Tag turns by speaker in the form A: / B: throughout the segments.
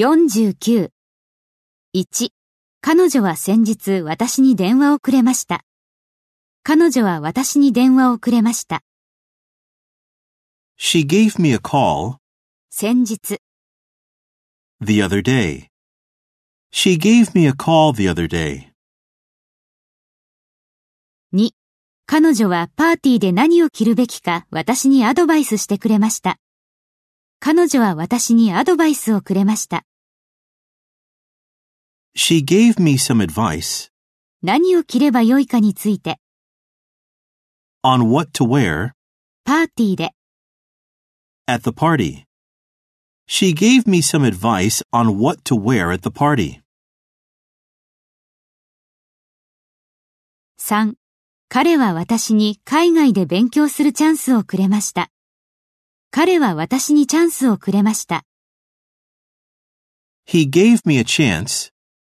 A: 49.1. 彼女は先日私に電話をくれました。彼女は私に電話をくれました。
B: She gave me a call
A: 先日、
B: the other day. She gave me a call the other day.
A: 彼女はパーティーで何を着るべきか私にアドバイスしてくれました。彼女は私にアドバイスをくれました。
B: She gave me some advice
A: 何を着ればよいかについて、
B: on what to wear
A: パーティーで、
B: at the party. She gave me some advice on what to wear at the party.
A: 3. 彼は私に海外で勉強するチャンスをくれました。彼は私にチャンスをくれました。
B: He gave me a chance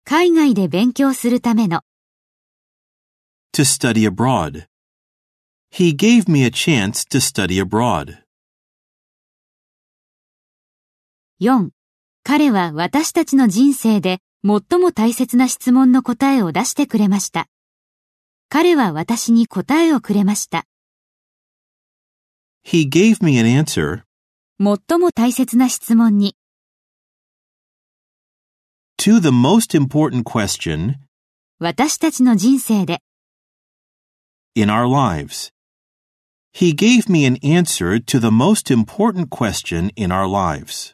A: 海外で勉強するための
B: to study abroad. He gave me a chance to study abroad.
A: 4. 彼は私たちの人生で最も大切な質問の答えを出してくれました。彼は私に答えをくれました。
B: He gave me an answer
A: 最も大切な質問に
B: to the most important question
A: 私たちの人生で
B: in our lives. He gave me an answer to the most important question in our lives.